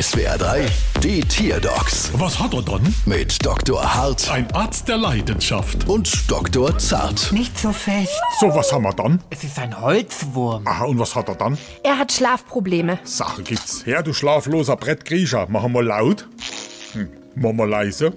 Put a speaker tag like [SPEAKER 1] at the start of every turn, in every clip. [SPEAKER 1] SWR 3, die Tierdocs
[SPEAKER 2] Was hat er dann?
[SPEAKER 1] mit Dr. Hart
[SPEAKER 2] Ein Arzt der Leidenschaft.
[SPEAKER 1] und Dr. Zart.
[SPEAKER 3] Nicht so fest.
[SPEAKER 2] So, was haben wir dann?
[SPEAKER 3] Es ist ein Holzwurm.
[SPEAKER 2] Aha, und was hat er dann?
[SPEAKER 4] Er hat Schlafprobleme.
[SPEAKER 2] Sache gibt's. Her, du schlafloser Brettgriecher. Machen wir laut. Hm, machen wir leise.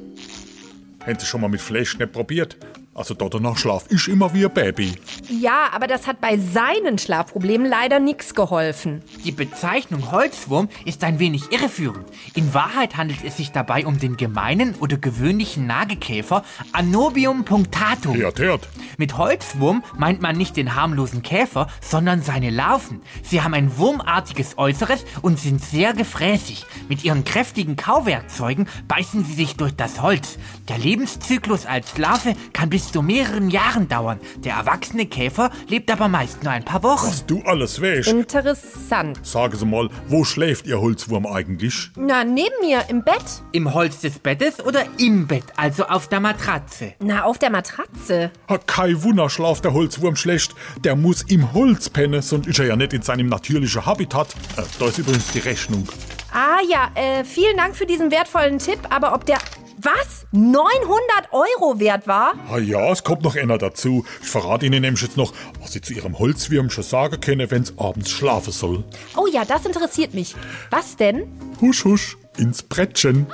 [SPEAKER 2] Hätten Sie schon mal mit Fleisch nicht probiert? Also da danach schlaf ich immer wie ein Baby.
[SPEAKER 4] Ja, aber das hat bei seinen Schlafproblemen leider nichts geholfen.
[SPEAKER 3] Die Bezeichnung Holzwurm ist ein wenig irreführend. In Wahrheit handelt es sich dabei um den gemeinen oder gewöhnlichen Nagekäfer Anobium punctatum.
[SPEAKER 2] Hört, hört.
[SPEAKER 3] Mit Holzwurm meint man nicht den harmlosen Käfer, sondern seine Larven. Sie haben ein wurmartiges Äußeres und sind sehr gefräßig. Mit ihren kräftigen Kauwerkzeugen beißen sie sich durch das Holz. Der Lebenszyklus als Larve kann bis zu mehreren Jahren dauern. Der erwachsene Käfer lebt aber meist nur ein paar Wochen.
[SPEAKER 2] Was du alles weißt.
[SPEAKER 4] Interessant.
[SPEAKER 2] Sagen Sie mal, wo schläft Ihr Holzwurm eigentlich?
[SPEAKER 4] Na, neben mir im Bett.
[SPEAKER 3] Im Holz des Bettes oder im Bett, also auf der Matratze.
[SPEAKER 4] Na, auf der Matratze.
[SPEAKER 2] Ha, kein Wunder, schlaft der Holzwurm schlecht. Der muss im Holz pennen, sonst ist er ja nicht in seinem natürlichen Habitat. Äh, da ist übrigens die Rechnung.
[SPEAKER 4] Ah ja, äh, vielen Dank für diesen wertvollen Tipp, aber ob der... Was? 900 Euro wert war?
[SPEAKER 2] Ah ja, es kommt noch einer dazu. Ich verrate Ihnen nämlich jetzt noch, was Sie zu Ihrem Holzwurm schon sagen können, wenn's abends schlafen soll.
[SPEAKER 4] Oh ja, das interessiert mich. Was denn?
[SPEAKER 2] Husch, husch, ins Brettchen.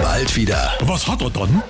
[SPEAKER 1] Bald wieder.
[SPEAKER 2] Was hat er dann?